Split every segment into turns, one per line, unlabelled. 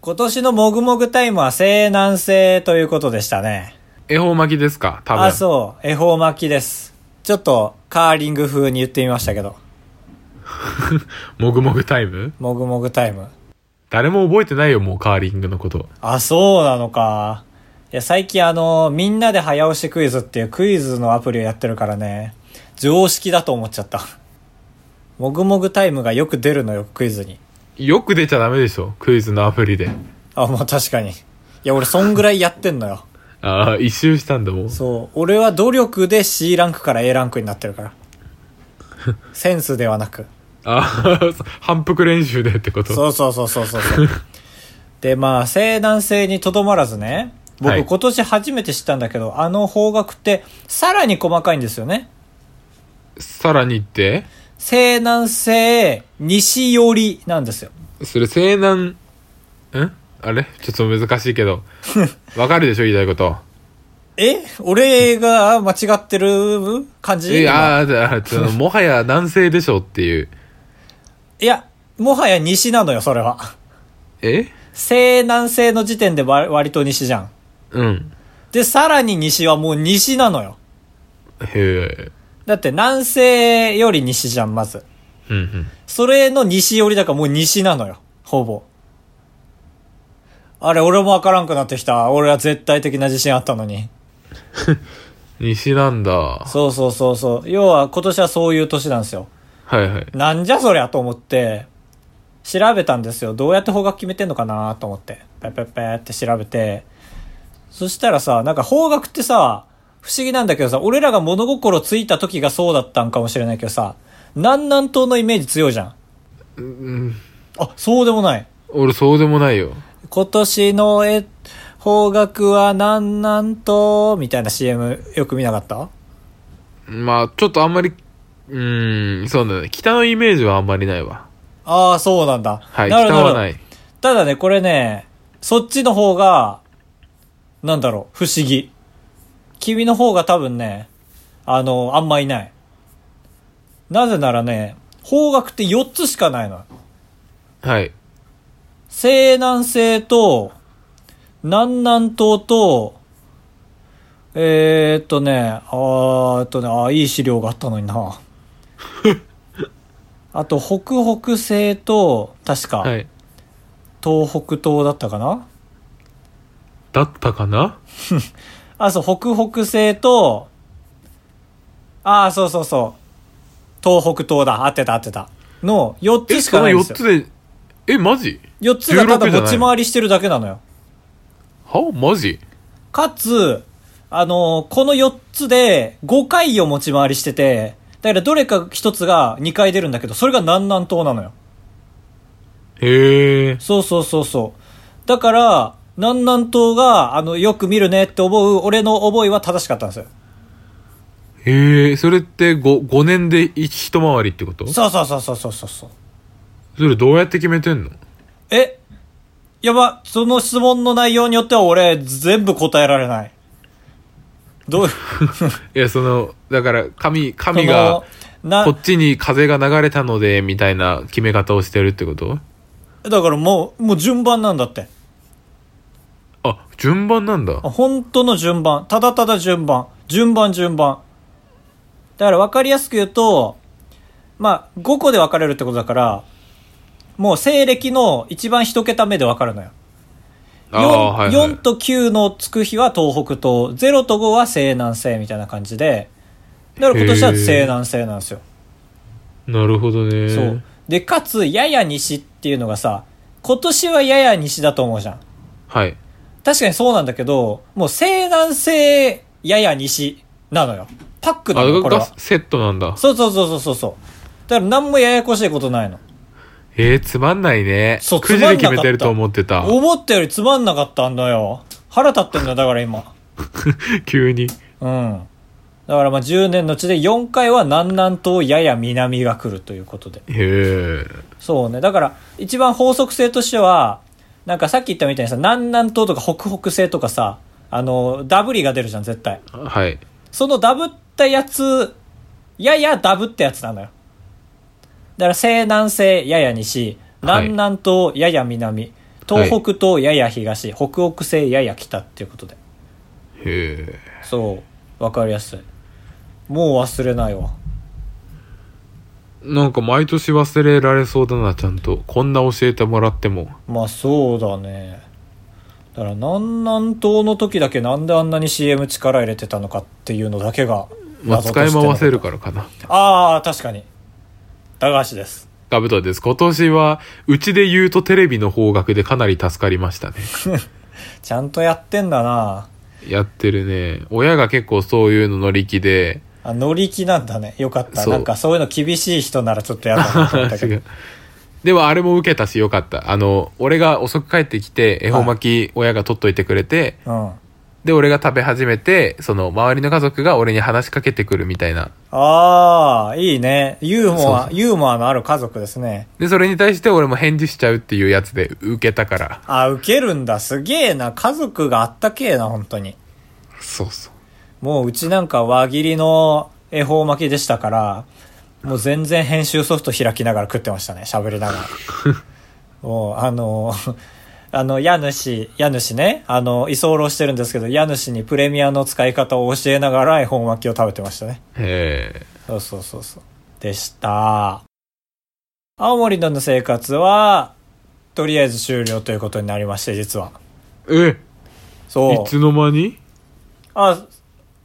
今年のもぐもぐタイムは西南西ということでしたね。
恵方巻きですか多分。
あ、そう。恵方巻きです。ちょっとカーリング風に言ってみましたけど。
もぐもぐタイム
もぐもぐタイム。
誰も覚えてないよ、もうカーリングのこと。
あ、そうなのか。いや、最近あの、みんなで早押しクイズっていうクイズのアプリをやってるからね、常識だと思っちゃった。もぐもぐタイムがよく出るのよ、クイズに。
よく出ちゃダメでしょクイズのアプリで。
あ、まあ確かに。いや、俺そんぐらいやってんのよ。
ああ、一周したんだもん。
そう。俺は努力で C ランクから A ランクになってる から。センスではなく。
ああ、反復練習でってこと。
そうそうそうそうそう そう。で、まあ、西南西にとどまらずね、僕、
はい
今年初めて知ったんだけど、あの方角ってさらに細かいんですよね。
さらにって、
西南西、西寄りなんですよ。
それ西南、んあれちょっと難しい けど。わかるでしょ言いたいこと。
え俺が間違ってる感じ
い
今
や、あーあー、ちょっともはや南西でしょっていう。
いや、もはや西なのよ、それは。
え
西南西の時点で割割と西じゃん。
うん。
で、さらに西はもう西なのよ。
へえ。
だって南西より西じゃん、まず。
うんうん。
それの西寄りだからもう西なのよ。ほぼ。あれ、俺もわからんくなってきた。俺は絶対的な自信あったのに。
西なんだ。は
そうそうそうそう。要は今年はそういう年なんですよ。
いはい。
なんじゃそりゃと思って、調べたんですよ。どうやって方角決めてんのかなと思って。ペペペって調べて。そしたらさ、なんか方角ってさ、不思議なんだけどさ、俺らが物心ついた時がそうだったんかもしれないけどさ、南南東のイメージ強いじゃん。
うん、
あ、そうでもない。
俺そうでもないよ。
今年のえ方角は南南東みたいな CM よく見なかった
まあ、ちょっとあんまり、うーん、そうだね。北のイメージはあんまりないわ。
ああ、そうなんだ。
はい、
なるほ
北
ど
はない。
ただね、これね、そっちの方が、なんだろう、不思議。君の方が多分ね、あの、あんまいない。なぜならね、方角って4つしかないの。
はい。
西南西と、南南東と、えー、っとね、あーえっとね、あーいい資料があったのに な。あと、北北西と、確か、
はい。
東北東だったかな
だったかな
あ、そう、北北西と、ああ、そうそうそう。東北東だ。合ってた合ってた。の4
え、
つし
そ
か
の
ないんで
4
す
つ
よ。
で、え、マジ
4つがただ
16じ
持
ゃない
ち回りしてるだけなのよ。
はマジ
かつ、あのーこの4つで5回を持ち回りしてて、だからどれか1つが2回出るんだけど、それが南南東なのよ。
へえ。
そうそうそうそう。だから、南南東が、あの、よく見るねって思う、俺の覚えは正しかったんですよ。
へえ、それって5、5年で一一回りってことそ
そうそうそうそうそうそうそう。
れどうやって決めてんの
えやば、その質問の内容によっては俺、全部答えられない。どう、
いや、その、だから、神、 神
そ
が、
の、な
こ、っちに風が流れたので、みたいな決め方をしてるってこと
だからもう、もう順番なんだって。
あ、順番なんだ。
本当の順番。ただただ順番。順番順番。だから分かりやすく言うと、まあ、5個で分かれるってことだから、もう西暦の一番一桁目で分かるのよ。
あ
4,
あ、はい、はい
4。と9のつく日は東北東、0と5は西南西みたいな感じで、だから今年は西南西なんですよ。
なるほどね。
そう。で、かつ、やや西っていうのがさ、今年はやや西だと思うじゃん。
はい。
確かにそうなんだけど、もう西南西やや西なのよ。パックな
あ、
のよ、
が
これ
が
は。
セットなんだ。
そうそうそうそうそうそう。だから何もややこしいことないの。
えー、つまんないね。
そう
くじ
つまん
で
なかった
決めてると思ってた。
思ったよりつまんなかったんだよ。腹立ってんだよ、だから今。
急に。
うん。だからまあ10年のうちで4回は南南東やや南が来るということで。
へえ。
そうね。だから、一番法則性としては、なんかさっき言ったみたいにさ、南南東とか北北西とかさ、あの、ダブりが出るじゃん、絶対。
はい。
そのダブったやつ、ややダブったやつなのよ。だから西南西、やや西、南南東、やや南、東北とやや東、北北西やや北っていうことで
へえ。
そうわかりやすいもう忘れないわ
なんか毎年忘れられそうだな、ちゃんと。こんな教えてもらっても。
まあそうだねだから南南東の時だけなんであんなに CM 力入れてたのかっていうのだけが
まあ、
謎として
使
残
い回
っ
せるからかな。
ああ確かに高橋です
ガブトです。今年は、うちで言うとテレビの方角でかなり助かりましたね。
ちゃんとやってんだな
やってるね。親が結構そういうの乗り気で、
あ乗り気なんだねよかった
そう
なんかそういうの厳しい人ならちょっとやだなと思ったけ
違
ど
う。でもあれも受けたしよかった。あの、俺が遅く帰ってきて、恵方巻き親が取っといてくれて、
うんあ
で、俺が食べ始めて、その、周りの家族が俺に話しかけてくるみたいな。
あーいいねユーモ
そう
アユーモアのある家族ですね
で、それに対して俺も返事しちゃうっていうやつで受けたから。
あウケるんだすげえな家族があったけえな本当に
そうそう。
もううちなんか輪切りの恵方巻きでしたから、もう全然編集ソフト開きながら食ってましたね、喋りながら。もう、あの、 あの、家主、家主ね、あの、居候してるんですけど、家主にプレミアの使い方を教えながら恵方巻きを食べてましたね。
ええ
そうそうそうそう。でした。青森での生活は、とりあえず終了ということになりまして、実は。
え、
そう
い。つの間に
あ、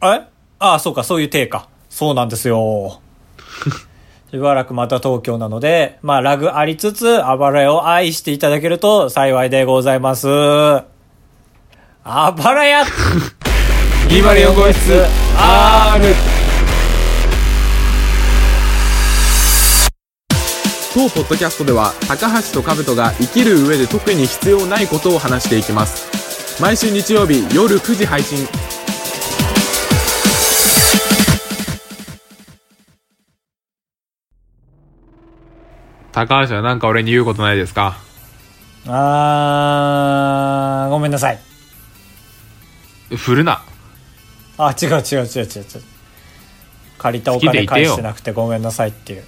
えあ、そうか、そういう体か。そうなんですよ。しばらくまた東京なので、まあ、ラグありつつ、あばら屋を愛していただけると幸いでございます。あばら屋
!204 号室 R! 当ポッドキャストでは、高橋と兜が生きる上で特に必要ないことを話していきます。毎週日曜日夜9時配信。高橋はなんか俺に言うことないですか
あー、ごめんなさい。
振るな。
あ、違う違う違う違う違う。借りたお
好きで
金
いて
返
よ
してなくてごめんなさいっていう。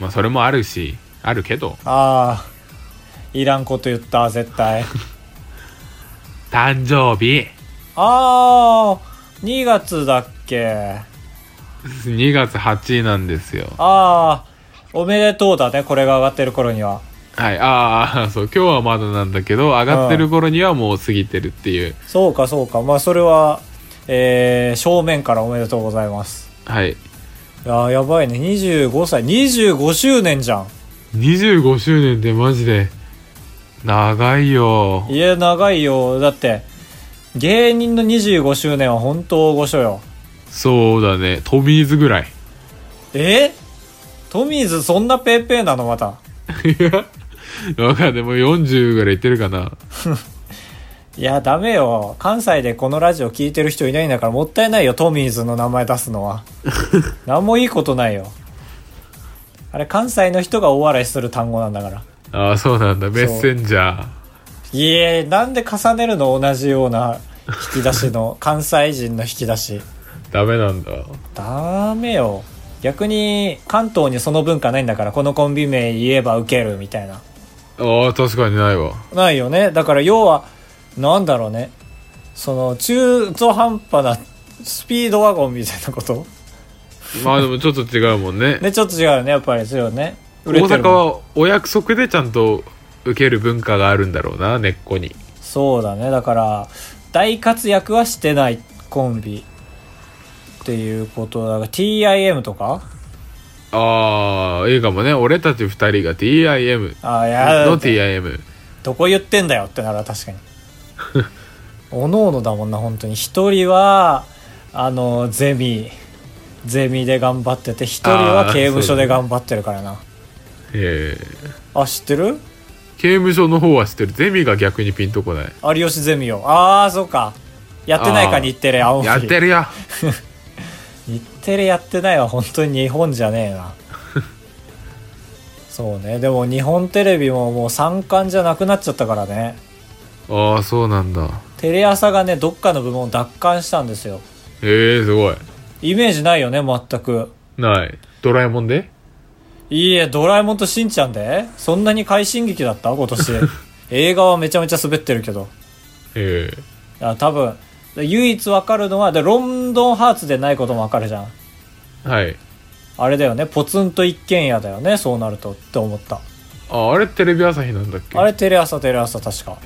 まあそれもあるし、あるけど。
あー、いらんこと言った、絶対。
誕生日
あー、2月だっけ
2月8日なんですよ
ああ、おめでとうだね、これが上がってる頃には。
はいああそう今日はまだなんだけど上がってる頃にはもう過ぎてるっていう
そうか、そうか。まあ、それは、えー正面からおめでとうございます。
はい
いやー、やばいね。25歳。25周年じゃん。
25周年でマジで長いよ
いや、長いよ。だって、芸人の25周年は本当大御所よ。
そうだねトミーズぐらい
えトミーズそんなペーペーなのまた。
いやわかんないもう40ぐらいいってるかない
や、ダメよ。関西でこのラジオ聞いてる人いないんだからもったいないよ、トミーズの名前出すのは。なんもいいことないよ。あれ、関西の人が大笑いする単語なんだから。
ああそうなんだメッセンジャー
いえ、なんで重ねるの同じような引き出しの、関西人の引き出し。
ダメなんだ
ダメよ。逆に、関東にその文化ないんだから、このコンビ名言えばウケるみたいな。
ああ確かにないわ
ないよねだから要はなんだろうねその中途半端なスピードワゴンみたいなこと
まあでもちょっと違うもんね
ねちょっと違うよねやっぱりそうよね
大
売れてる
阪
もん
はお約束でちゃんと受ける文化があるんだろうな根っこに
そうだねだから大活躍はしてないコンビっていうことだから TIM とか
ああいいかもね俺たち2人が TIM
ああいや
の TIM
どこ言ってんだよってなら 確かにおのおのだもんな本当に一人はあのゼミゼミで頑張ってて一人
あ
は
ー
刑務
そ
所
うだ
で
ね
頑張ってるからな
ええ
あ知ってる
刑務所の方は知ってるゼミが逆にピンとこない
有吉ゼミよああそうかやってないか
あー
日テレ青森
やってるよ
日テレやってないは本当に日本じゃねえなそうねでも日本テレビももう三冠じゃなくなっちゃったからね
ああそうなんだ
テレ朝がねどっかの部門を奪還したんですよ
ええすごい
イメージないよね全く
ないドラえもんで
いいえドラえもんとしんちゃんでそんなに快進撃だった今年映画はめちゃめちゃ滑ってるけど。
え
いや多分、唯一わかるのは、で、ロンドンハーツでないこともわかるじゃん。
えはい
あれだよね、ポツンと一軒家だよね、そうなるとって思った。
ああれテレビ朝日なんだっけ
あれテレ朝テレ朝確か。
へ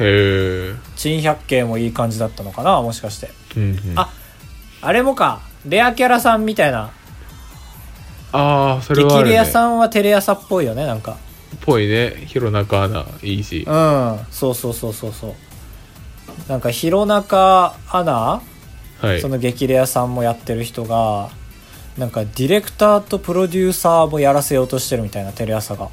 え
珍百景もいい感じだったのかな、もしかして。
うんうん
ああれもか、レアキャラさんみたいな。
あーそれはあ
激レ
る、ね、
アさんはテレ朝っぽいよね、なんか。
っぽいね弘中アナいいし
うん、そうそうそうそうそう。なんか、弘中アナ
はい
その激レアさんもやってる人がなんかディレクターとプロデューサーもやらせようとしてるみたいなテレ朝が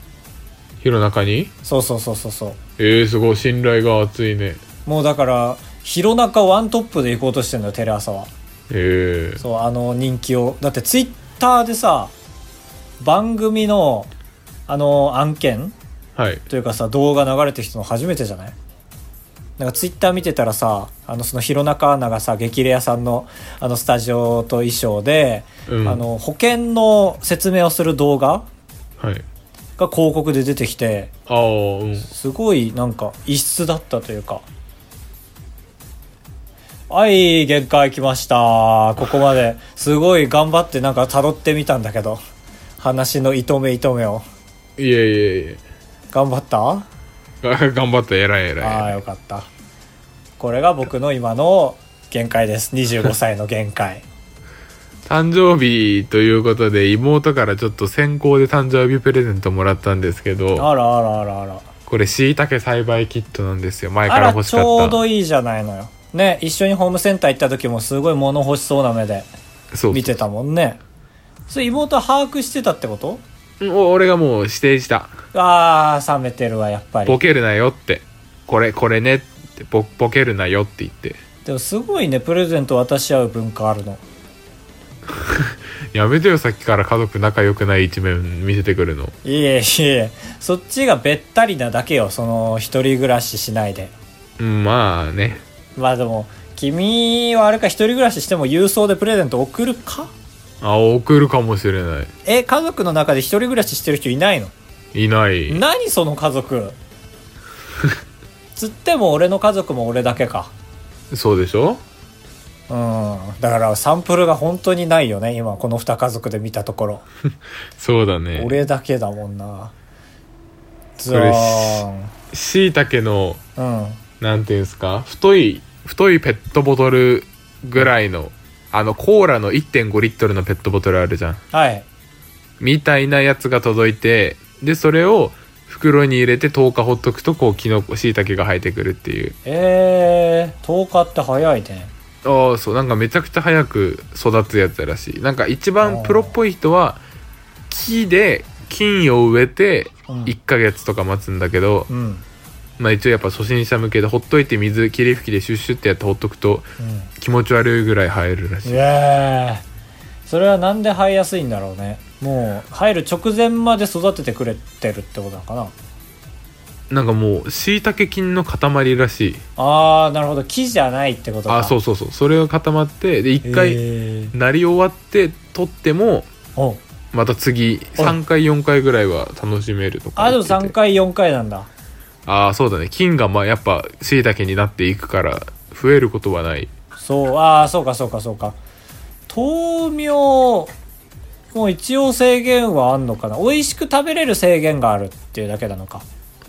弘中に
そうそうそうそうそう
えー、すごい信頼が厚いね
もうだから弘中ワントップで行こうとしてるのよテレ朝は
へえ
そうあの人気をだってツイッターでさ番組のあの案件
はい
というかさ動画流れてきたの初めてじゃないなんかツイッター見てたらさあのその弘中アナがさ激レアさんのあのスタジオと衣装で、
うん
あの保険の説明をする動画
はい
が広告で出てきて
ああうん
すごいなんか異質だったというかはい限界来ましたここまですごい頑張ってなんか辿ってみたんだけど話の糸目糸目を
いえいえいえ
頑張った
が頑張った偉い偉い
ああ
偉い
よかったこれが僕の今の限界です25歳の限 界
誕生日ということで妹からちょっと先行で誕生日プレゼントもらったんですけど
あらあらあらあら
これしいたけ栽培キットなんですよ前か
あ
ら
ら
欲し
ち
かった
ょうどいいじゃないのよね一緒にホームセンター行った時もすごい物欲しそうな目で
そう
見てたもんねそれ妹は把握してたってこと
うんお俺がもう指定した
あー冷めてるわやっぱ
ボ
り
ケるなよってこれこれねってボボケるなよって言って
でもすごいねプレゼント渡し合う文化あるの
やめてよさっきから家族仲良くない一面見せてくるの
いえいえそっちがべったりなだけよその一人暮らししないで
うんまあね
まあでも君はあれか一人暮らししても郵送でプレゼント送るか
あ送るかもしれない
え家族の中で一人暮らししてる人いないの
いない
何その家族つっても俺の家族も俺だけか
そうでしょ
うんだからサンプルが本当にないよね今この2家族で見たところ
そうだね
俺だけだもんなズ
れ
ーン
しいたけの
うん
なんていうんですか太い太いペットボトルぐらいのあのコーラの1.5リットルのペットボトルあるじゃん
はい
みたいなやつが届いてでそれを袋に入れて10日ほっとくとこうキノコしいたけが生えてくるっていう
えー、10日って早いね
ああそうなんかめちゃくちゃ早く育つやつらしいなんか一番プロっぽい人は木で菌を植えて
うん
1ヶ月とか待つんだけど、
うん、うん、
まあ一応やっぱ初心者向けでほっといて水霧吹きでシュッシュってやってほっとくと気持ち悪いぐらい生えるらしい
いやーそれはなんで生えやすいんだろうねもう入る直前まで育ててくれてるってことなのかな
なんかもうしいたけ菌の塊らしい
ああなるほど木じゃないってことか
あそううそうそうそれが固まってで1回
えー、
なり終わって取っても
おう
また次3回4回ぐらいは楽しめるとか
あで
言
も
ってて
3回4回なんだ
ああそうだね菌がまあやっぱしいたけになっていくから増えることはない
そうああそうかそうかそうか豆苗もう一応制限はあんのかな美味しく食べれる制限があるっていうだけなのか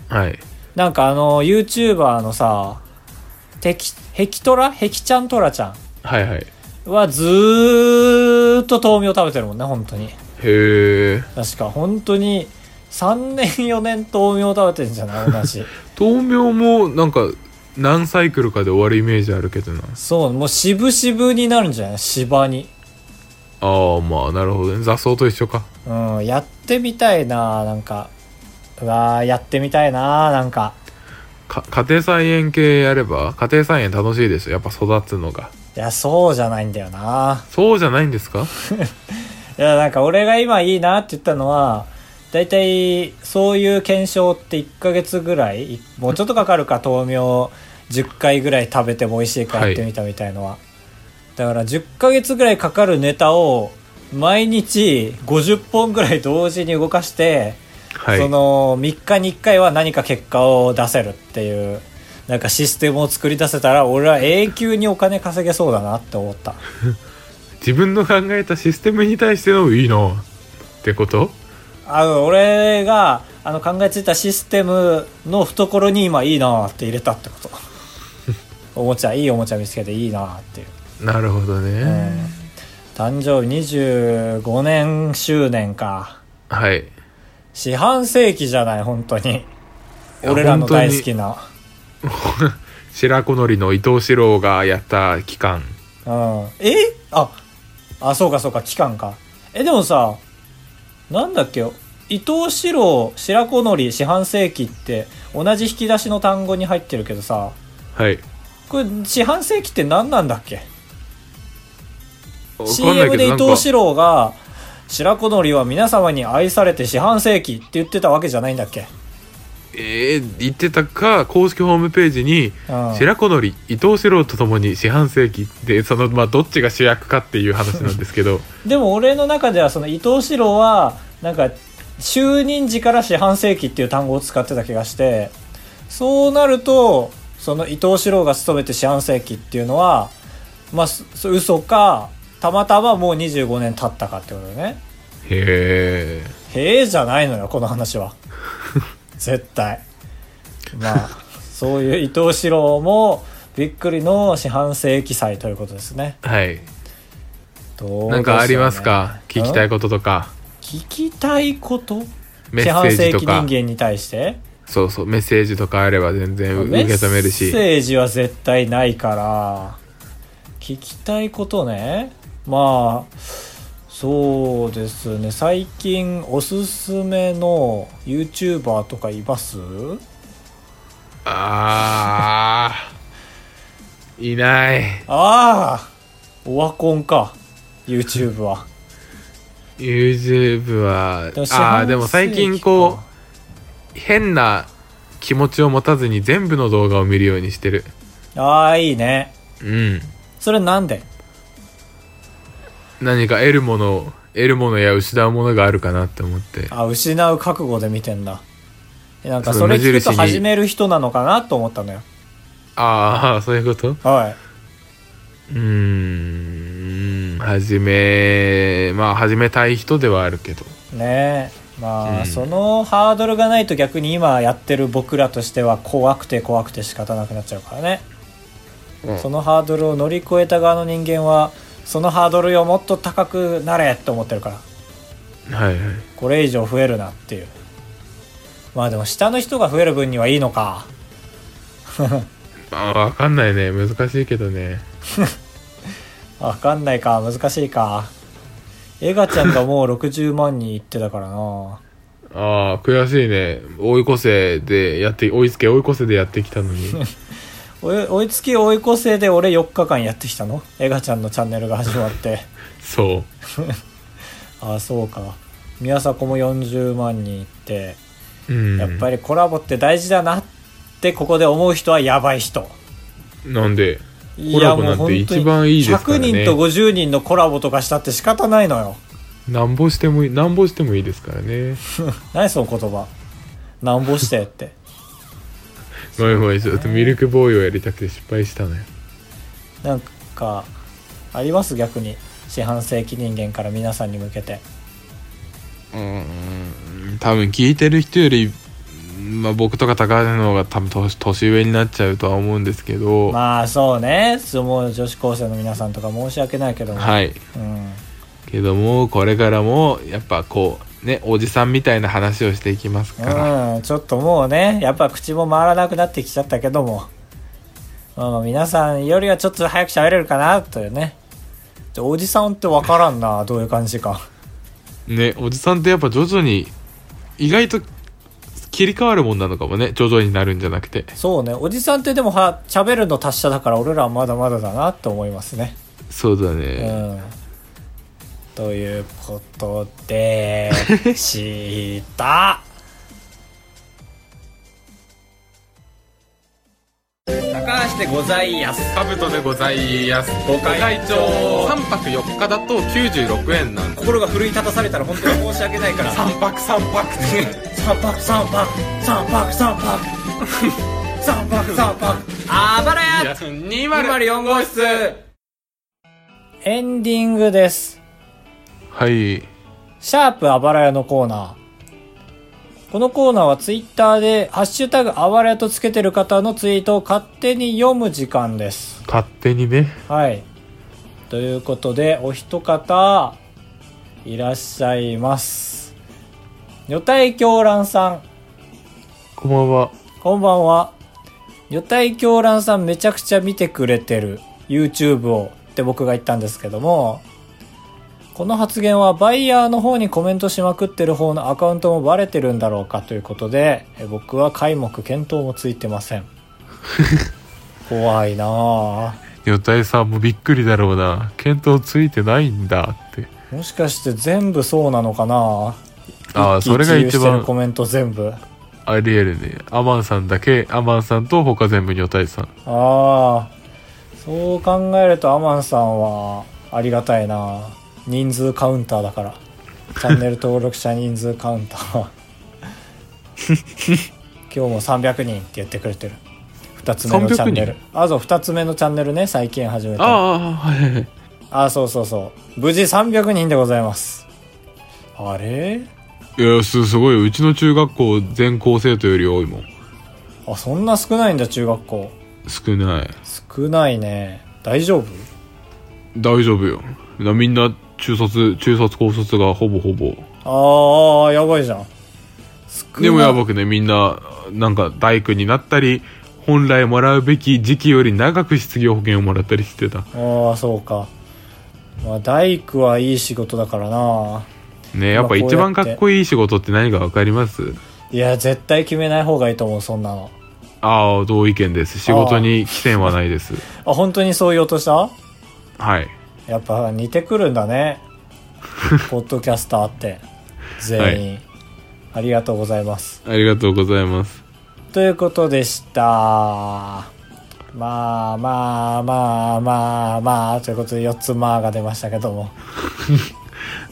はい
なんかあの YouTuber のさテキヘキトラヘキちゃんトラちゃ
はいはいへ
んはずーっと豆苗食べてるもんね本当に
え
確か本当に3年4年豆苗食べてるんじゃない同じ
豆苗もなんか何サイクルかで終わるイメージあるけどな
そうもう渋々になるんじゃない芝に
ああまあなるほどね雑草と一緒か
うん、やってみたいななんか。うわーやってみたいななんか。
か家庭菜園系やれば家庭菜園楽しいですよやっぱ育つのが
いや、そうじゃないんだよな
そうじゃないんですか
いや、なんか俺が今いいなって言ったのは、だいたいそういう検証って1ヶ月ぐらい、いもうちょっとかかるか、豆苗10回ぐらい食べても美味しいからやってみたみたいのは。だから10ヶ月ぐらいかかるネタを、毎日50本ぐらい同時に動かして、
はい
その3日に1回は何か結果を出せるっていうなんかシステムを作り出せたら俺は永久にお金稼げそうだなって思った
自分の考えたシステムに対してのいいなってこと
あの俺があの考えついたシステムの懐に今いいなって入れたって ことおもちゃいいおもちゃ見つけていいなっていう、
なるほどね、
誕生日25年周年か
はい
四半世紀じゃない本当に
や
俺らの大好きな
白子のりの伊藤四郎がやった期間
うんえああそうかそうか期間かえでもさなんだっけ伊藤四郎白子のり四半世紀って同じ引き出しの単語に入ってるけどさ
はい
これ四半世紀って何なんだっけ
わかんない
CM で
けど
伊
なん
藤
か
四郎が白子のりは皆様に愛されて四半世紀って言ってたわけじゃないんだっけ
えー、言ってたか公式ホームページに
うん
白子のり伊藤四郎とともに四半世紀でそのまあどっちが主役かっていう話なんです けど
でも俺の中ではその伊藤四郎はなんか就任時から四半世紀っていう単語を使ってた気がしてそうなるとその伊藤四郎が勤めて四半世紀っていうのはまあすそう嘘かたまたまもう25年経ったかってことだよね
へえ
へえじゃないのよこの話 は絶対まあそういう伊藤四郎もびっくりの四半世紀祭ということですね
はい
どう
なんかありますか
でしょ
聞
うね
きたいこととか
聞きたいこと
メッセ
四
ージと
半
か
世紀人間に対して
そうそうメッセージとかあれば全然受
メ
け
ッ
止めるし
セージは絶対ないから聞きたいことねまあそうですね最近おすすめの YouTuber とかいます
あーいない
ああオワコンか YouTube は
YouTube は
でも四半
あーでも最近こう変な気持ちを持たずに全部の動画を見るようにしてる
うああいいね
うん
それなんで
何か得るもの得るものや失うものがあるかなって思って
あ失う覚悟で見てんだえなんか
そ
そ
の
れ
目
聞く
印
と
に
始める人なのかなと思ったのよ
ああそういうこと
は
うーん始めまあ始めたい人ではあるけど
いねえまあ、
うん
そのハードルがないと逆に今やってる僕らとしては怖くて怖くて仕方なくなっちゃうからね、
うん
そのハードルを乗り越えた側の人間はそのハードルをもっと高くなれって思ってるから
はいはい
これ以上増えるなっていうまあでも下の人が増える分にはいいのか
あ分かんないね難しいけどね
わかんないか難しいかエガちゃんがもう60万人いってたからな
ああ悔しいね追い越せでやって追いつけ追い越せでやってきたの に
追い追いつき追い越せで俺4日間やってきたのエガちゃんのチャンネルが始まって
そう
ああそうか宮迫も40万人いって
うん、
やっぱりコラボって大事だなってここで思う人はやばい人
なんで
い
コラ
や
ボ
もう
な
ん
て
本当
一
に
番いいですか
100
ら
人
ね
と50人のコラボとかしたって仕方ないのよ
なんぼしてもいいなんぼしてもいいですからね
何その言葉なんぼしてって
ごめんごめんちょっとミルクボーイをやりたくて失敗したのよ
なんかあります逆に四半世紀人間から皆さんに向けて
うん多分聞いてる人より、まあ、僕とか高橋の方が多分年年上になっちゃうとは思うんですけど、
まあそうねそうもう女子高生の皆さんとか申し訳ないけども、
はい
うん、
けどもこれからもやっぱこうねおじさんみたいな話をしていきますから、
うん、ちょっともうねやっぱ口も回らなくなってきちゃったけども、まあ、まあ皆さんよりはちょっと早く喋れるかなというねちょおじさんって分からんなどういう感じか
ねおじさんってやっぱ徐々に意外と切り替わるもんなのかもね徐々になるんじゃなくて
そうねおじさんってでもは喋るの達者だから俺らはまだまだだなと思いますね
そうだ
う
ね、
んということ でした高橋でございやす。
カブトでございます
ご会長
3泊4日だと96円なんで
心が奮い立たされたら本当に申し訳ないから。
3泊3泊で
三泊三泊、三泊三泊。三泊三泊。あばらや
204号室
エンディングです。
はい
シャープあばらやのコーナー。このコーナーはツイッターで、ハッシュタグあばらやとつけてる方のツイートを勝手に読む時間です。
勝手にね
はい。ということで、お一方、いらっしゃいます。女体狂乱さん、
こんばんは
こんばんは。女体狂乱さんめちゃくちゃ見てくれてる。YouTube を。って僕が言ったんですけども、この発言はバイヤーの方にコメントしまくってる方のアカウントもバレてるんだろうかということで、え僕は皆目見当もついてま せん。怖いなぁ。
女体さんもびっくりだろうな見当ついてないんだって
もしかして全部そうなのかな
ああ
一喜
それが
一憂し
一
てる
番
コメント全部。
ありえるねアマンさんだけアマンさんと他全部女体さん
ああそう考えるとアマンさんはありがたいな人数カウンターだからチャンネル登録者人数カウンター 今日も300人って言ってくれてる2つ目のチャンネル
300
あそう2つ目のチャンネルね最近始めたあ
ああはいはいはい
あそうそうそう無事300人でございますあれ
いやすすごいうちの中学校全校生徒より多いもん
あそんな少ないんだ中学校
少ない
少ないね大丈夫
大丈夫よなみんな中卒中卒高卒がほぼほぼ
ああやばいじゃん少な
でもやばくねみんななんか大工になったり本来もらうべき時期より長く失業保険をもらったりしてた
ああそうか、まあ、大工はいい仕事だからな
ねやっぱ一番かっこいい仕事って何か分かります
いや絶対決めない方がいいと思うそんなの
ああ同意見です仕事に規制はないです
あ本当にそう言おうとした
はい
やっぱ似てくるんだねポッドキャスターって全員、ありがとうございます
ありがとうございます
ということでしたまあまあまあまあまあということで4つ「まあ」が出ましたけども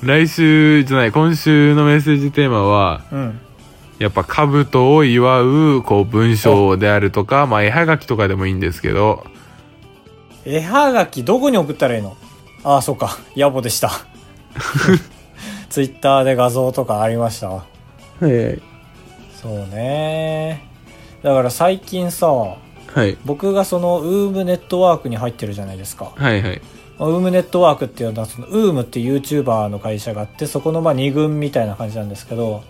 来週じゃない今週のメッセージテーマは
うん
やっぱ兜を祝うこう文章であるとかまあ絵はがきとかでもいいんですけど
絵はがきどこに送ったらいいのああそうか野暮でしたツイッターで画像とかありましたわ
はい
そうねだから最近さ
はい
僕がそのウームネットワークに入ってるじゃないですか
はいはい
まあウームネットワークっていうのはそのウームっていう YouTuber の会社があってそこのまあ2軍みたいな感じなんですけど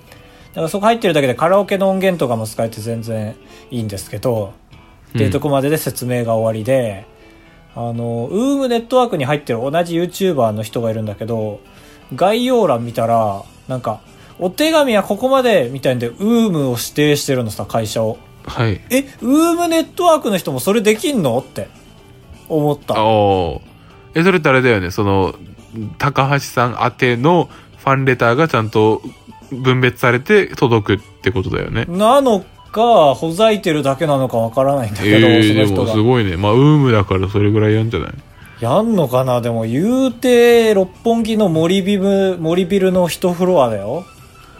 だからそこ入ってるだけでカラオケの音源とかも使えて全然いいんですけどっていうとこまでで説明が終わりで、あの、ウームネットワークに入ってる同じ YouTuber の人がいるんだけど、概要欄見たら、なんか、お手紙はここまでみたいんで、ウームを指定してるのさ、会社を。
はい
え、ウームネットワークの人もそれできんのって思った。
おーえそれってあれだよねその高橋さん宛てのファンレターがちゃんと分別されて届くってことだよね
なのか、ほざいてるだけなのかわからないんだけど、
えー、で
その
もす
人が。
ごいねまあウームだからそれぐらいやんじゃない
やんのかなでも、言うて、六本木の森ビル、森ビルの一フロアだよ。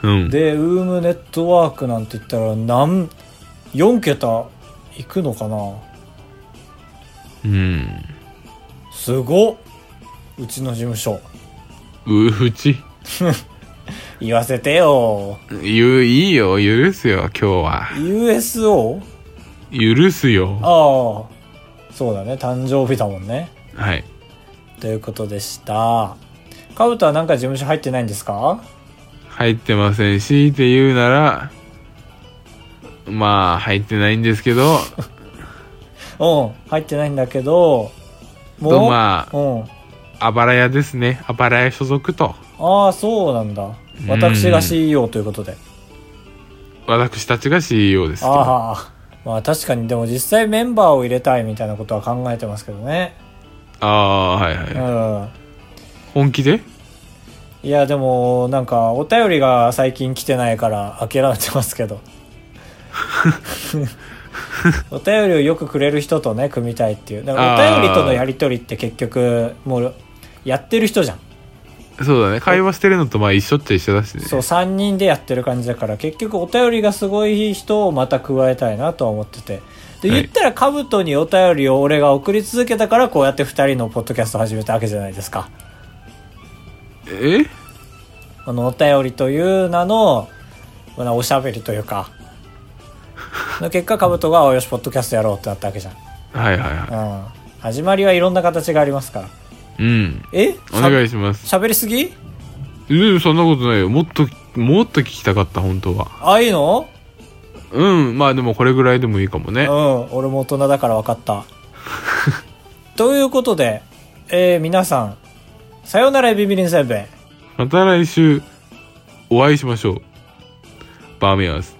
うん
でウームネットワークなんて言ったら何4桁いくのかな
うん
すごっうちの事務所
ううち
言わせてよ
ゆいいよ許すよ今日は
USO?
許すよ
ああそうだね誕生日だもんね
はい
ということでしたカブトはなんか事務所入ってないんですか
入ってませんしって言うならまあ入ってないんです けど
うん入ってないんだけども
と
う、
ま
うん
ああばら屋ですねあばら屋所属と
ああそうなんだ
ん
私が CEO ということで
私たちが CEO ですけど
ああまあ確かにでも実際メンバーを入れたいみたいなことは考えてますけどね
ああーはいは
う
い、
ん
本気で
いやでもなんかお 便りが最近来てないから諦めてますけどお便りをよくくれる人とね組みたいっていうだからお便りとのやり取りって結局もうやってる人じゃん
そうだね会話してるのとまあ一緒っちゃ一緒だしね
そう3人でやってる感じだから結局お便りがすごい人をまた加えたいなとは思っててで
はい
言ったら兜にお便りを俺が送り続けたからこうやって2人のポッドキャストを始めたわけじゃないですか
え
このお便りという名の、まあ、おしゃべりというかの結果兜が「およしポッドキャストやろう」ってなったわけじゃん、
はいはいは
うん、始まりはいろんな形がありますから
いうん
え
お願いします
しゃべりすぎ
うんそんなことないよもっともっと聞きたかった本当は
ああいいの
うんまあでもこれぐらいでもいいかもね
うん、俺も大人だから分かった。ということで、えー皆さん、さよならエビビリンせんべい。
また来週お会いしましょうバーミヤーズ